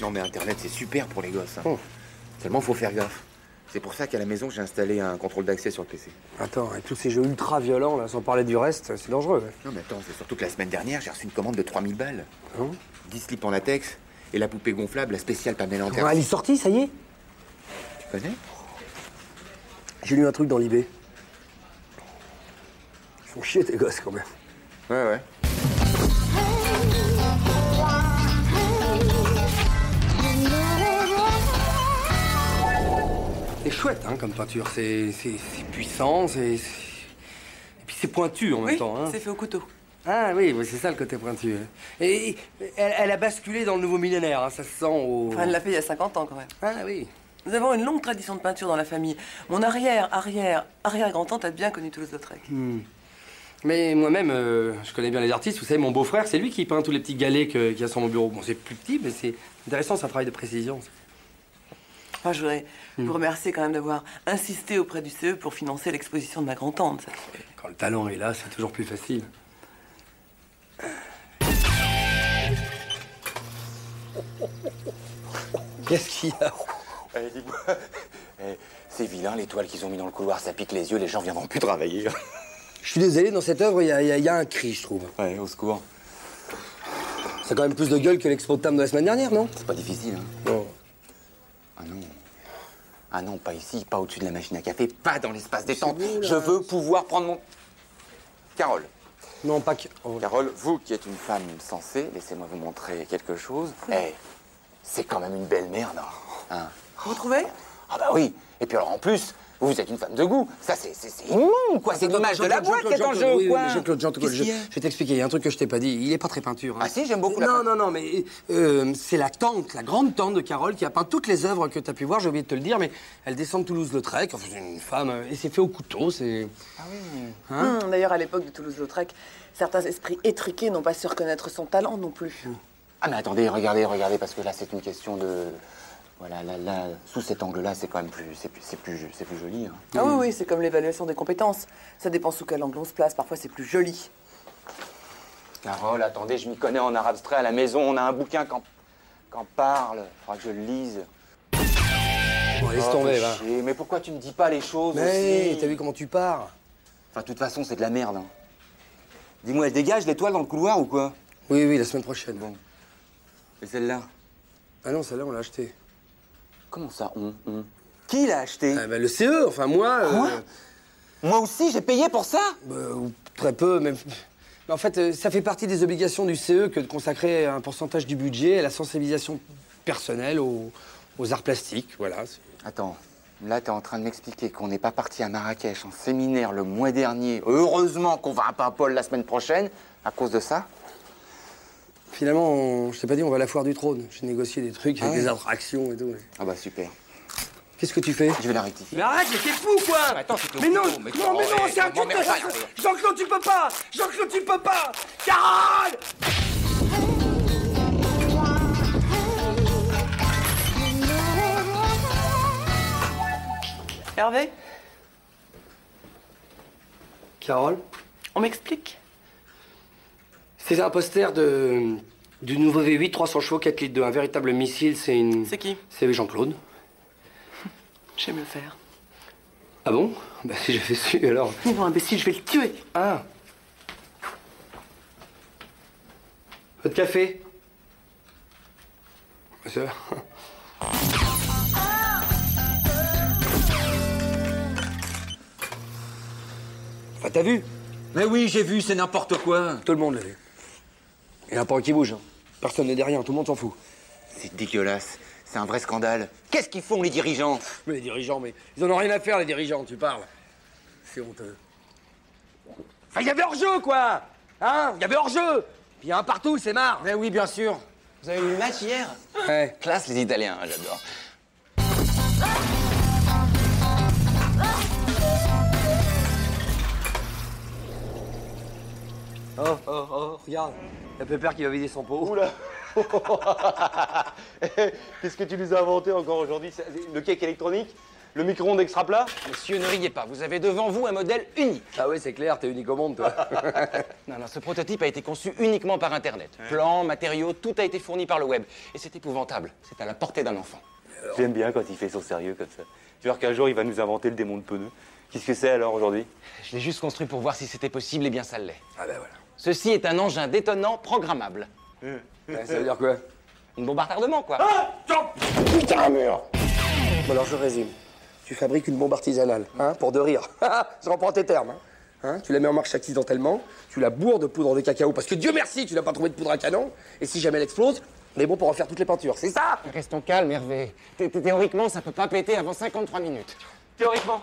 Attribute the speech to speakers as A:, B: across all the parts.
A: Non mais internet c'est super pour les gosses. hein. Seulement faut faire gaffe. C'est pour ça qu'à la maison j'ai installé un contrôle d'accès sur le PC.
B: Attends, et tous ces jeux ultra violents, là, sans parler du reste, c'est dangereux. hein.
A: Non mais attends, c'est surtout que la semaine dernière j'ai reçu une commande de 3000 balles.
B: Hein
A: 10 slips en latex et la poupée gonflable, la spéciale Pamela Anderson.
B: Ouais, Ah, elle est sortie, ça y est
A: Tu connais
B: J'ai lu un truc dans l'IB. Ils font chier tes gosses quand même.
A: Ouais ouais.
B: C'est chouette, hein, comme peinture. C'est c'est- c'est puissant, c'est. c'est- Et puis c'est pointu en même
C: Oui,
B: temps. hein.
C: c'est fait au couteau.
B: Ah oui, oui, c'est ça le côté pointu. hein. Et et elle, elle a basculé dans le nouveau millénaire, hein, ça se sent au.
C: Enfin, elle l'a fait il y a 50 ans quand même.
B: Ah oui.
C: Nous avons une longue tradition de peinture dans la famille. Mon arrière, arrière, arrière-grand-tante a bien connu Toulouse-Lautrec.
B: Mais moi-même, euh, je connais bien les artistes. Vous savez, mon beau-frère, c'est lui qui peint tous les petits galets que- qu'il y a sur mon bureau. Bon, c'est plus petit, mais c'est intéressant, c'est un travail de précision.
C: Enfin, je voudrais vous remercier quand même d'avoir insisté auprès du CE pour financer l'exposition de ma grand-tante. ça.
B: Quand le talent est là, c'est toujours plus facile. Qu'est-ce qu'il y a
A: Allez Eh, dis-moi. c'est vilain les toiles qu'ils ont mis dans le couloir, ça pique les yeux, les gens viendront plus travailler.
B: Je suis désolé, dans cette œuvre, il y, a- il y a- il y a un cri, je trouve.
A: Ouais, au secours.
B: C'est quand même plus de gueule que l'expo de Tam de la semaine dernière, non
A: C'est pas difficile hein.
B: Non.
A: Ah non. Ah non, pas ici, pas au-dessus de la machine à café, pas dans l'espace détente. Je veux pouvoir prendre mon. Carole.
B: Non, pas que. oh.
A: Carole, vous qui êtes une femme sensée, laissez-moi vous montrer quelque chose. Eh, c'est quand même une belle merde. hein. Hein.
C: Vous trouvez
A: Ah bah oui. Et puis alors en plus, vous êtes une femme de goût. Ça c'est c'est c'est immonde quoi. C'est l'image de la boîte qui est en jeu
B: Oui, oui,
A: quoi.
B: mais Jean-Claude, Jean-Claude,
A: Qu'est-ce
B: je,
A: qu'il y a
B: je vais t'expliquer, il y a un truc que je t'ai pas dit. Il est pas très peinture. hein.
A: Ah si, j'aime beaucoup la
B: Non,
A: peinture.
B: non, non, mais euh, c'est la tante, la grande tante de Carole qui a peint toutes les œuvres que t'as pu voir, j'ai oublié de te le dire, mais elle descend de Toulouse-Lautrec, enfin, c'est une femme, euh, et c'est fait au couteau, c'est.
C: Hum, D'ailleurs, à l'époque de Toulouse-Lautrec, certains esprits étriqués n'ont pas su reconnaître son talent non plus.
A: Ah mais attendez, regardez, regardez parce que là c'est une question de voilà là là sous cet angle-là c'est quand même plus c'est plus c'est plus c'est plus joli. hein.
C: Ah oui, oui, c'est comme l'évaluation des compétences. Ça dépend sous quel angle on se place. Parfois, c'est plus joli.
A: Carole, attendez, je m'y connais en art abstrait à la maison. On a un bouquin qu'en qu'en parle. Faudra que je le lise.
B: Bon, laisse
A: Oh,
B: tomber,
A: fais
B: va.
A: chier. Mais pourquoi tu me dis pas les choses
B: Mais
A: aussi
B: t'as vu comment tu pars
A: Enfin, de toute façon, c'est de la merde. hein. Dis-moi, elle dégage l'étoile dans le couloir ou quoi
B: Oui, oui, la semaine prochaine. Bon.
A: Et celle-là
B: Ah non, celle-là, on l'a achetée.
A: Comment ça, on, on Qui l'a acheté
B: Ah, bah, le CE, enfin, moi. euh,
A: Quoi Moi aussi, j'ai payé pour ça
B: bah, ou très peu, mais. mais en fait, euh, ça fait partie des obligations du CE que de consacrer un pourcentage du budget à la sensibilisation personnelle aux, aux arts plastiques, voilà. c'est-
A: Attends, là, t'es en train de m'expliquer qu'on n'est pas parti à Marrakech en séminaire le mois dernier. Heureusement qu'on va à Paimpol la semaine prochaine, à cause de ça.
B: Finalement, on- je t'ai pas dit, on va à la foire du trône. J'ai négocié des trucs avec
A: Ah ouais
B: des attractions et tout. mais-
A: Ah bah super,
B: Qu'est-ce que tu fais
A: je vais la rectifier.
B: Mais arrête, mais t'es fou quoi
A: Mais attends, c'est que le
B: Mais non,
A: couteau, mais
B: non, mais
A: attends,
B: non,
A: eh,
B: c'est un
A: comment
B: truc de
A: merde, regarde,
B: Jean-Claude, tu peux pas Jean-Claude, tu peux pas Carole
C: Hervé,
B: Carole
C: on m'explique
B: C'est un poster de du nouveau V8 300 chevaux 4 litres 2, un véritable missile, c'est une...
C: C'est qui
B: C'est Jean-Claude.
C: J'aime le faire.
B: Ah bon Bah si j'avais su, alors...
C: Mais non, imbécile, je vais le tuer.
B: Ah Votre café Bah, Monsieur Bah t'as vu
A: Mais oui, j'ai vu, c'est n'importe quoi.
B: Tout le monde l'a vu. Il n'y a pas un qui bouge. hein. Personne ne dit rien, tout le monde s'en fout.
A: C'est dégueulasse, c'est un vrai scandale. Qu'est-ce qu'ils font, les dirigeants
B: Mais les dirigeants, mais ils en ont rien à faire, les dirigeants, tu parles. C'est honteux. Enfin, il y avait hors-jeu, quoi
D: Hein Il y avait hors-jeu Puis il y a un partout, c'est marre
E: Mais oui, bien sûr.
F: Vous avez eu le match hier
D: Ouais.
E: Classe les Italiens, hein, j'adore.
D: Oh, oh, oh, regarde. Il y a Pépère qui va vider son pot.
G: Oula Qu'est-ce que tu nous as inventé encore aujourd'hui C'est- c'est Le cake électronique Le micro-ondes extra plat
E: Monsieur, ne riez pas, vous avez devant vous un modèle unique.
D: Ah oui, c'est clair, t'es unique au monde, toi.
E: Non, non, ce prototype a été conçu uniquement par Internet. Plans, matériaux, tout a été fourni par le web. Et c'est épouvantable, c'est à la portée d'un enfant.
G: J'aime bien quand il fait son sérieux comme ça. Tu vois qu'un jour, il va nous inventer le démon de pneus. Qu'est-ce que c'est alors aujourd'hui
E: Je l'ai juste construit pour voir si c'était possible, et bien ça l'est.
D: ah ben voilà.
E: Ceci est un engin détonnant programmable.
D: Ouais, ça veut dire quoi Ah
E: Une bombe à retardement, quoi.
B: Bon, alors je résume. Tu fabriques une bombe artisanale, hein, pour de rire. je reprends tes termes. Hein. Hein, tu la mets en marche accidentellement, tu la bourres de poudre de cacao, parce que Dieu merci, tu n'as pas trouvé de poudre à canon, et si jamais elle explose, on est bon pour refaire toutes les peintures, c'est ça
E: Restons calmes, Hervé. Thé- thé- Théoriquement, ça peut pas péter avant 53 minutes.
G: Théoriquement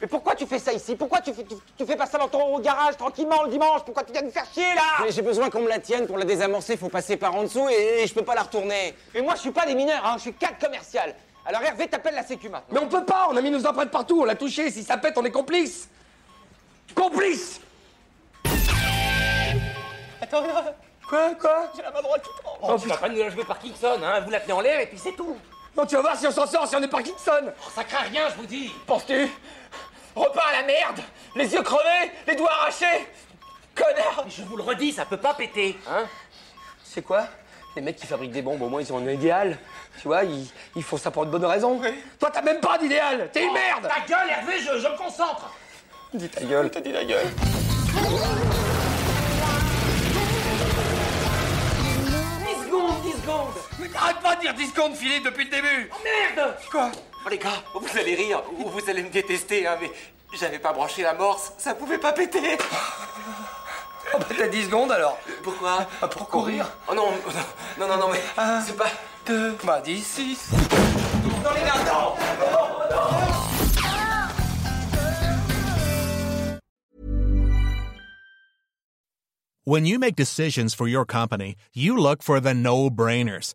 E: Mais pourquoi tu fais ça ici Pourquoi tu fais, tu, tu fais pas ça dans ton garage tranquillement le dimanche Pourquoi tu viens nous faire chier là J'ai besoin qu'on me la tienne pour la désamorcer, faut passer par en dessous et, et je peux pas la retourner. Mais moi je suis pas des mineurs, hein, je suis cadre commercial. Alors Hervé t'appelles la sécu maintenant.
B: Mais on peut pas, on a mis nos empreintes partout, on l'a touché, si ça pète, on est complice Complice Attends, quoi Quoi J'ai la main droite qui tremble. Oh, putain.
H: pas nous la jouer par Kingston, hein Vous la tenez en l'air et puis c'est tout Oh,
B: Non, tu vas voir si on s'en sort, si on est Parkinson
H: Ça craint rien, je vous dis Penses-tu Repas à la merde Les yeux crevés Les doigts arrachés Connard Je vous le redis, ça peut pas péter hein.
B: C'est quoi Les mecs qui fabriquent des bombes, au moins ils ont un idéal. Tu vois, ils, ils font ça pour une bonne raison. Toi, t'as même pas d'idéal T'es une merde
H: Oh, Ta gueule, Hervé, je, je me concentre
B: Dis ta gueule. T'as dit la gueule.
H: Arrête pas de dire 10 secondes filées depuis le début
F: Oh les gars, vous allez rire ou vous allez me détester, hein, mais j'avais pas branché l'amorce, ça pouvait pas péter
B: T'as 10 secondes alors
F: Pourquoi Pour courir Oh non, non, non, non, mais c'est pas...
B: Bah, 10, 6.
I: When you make decisions for your company, you look for the no brainers.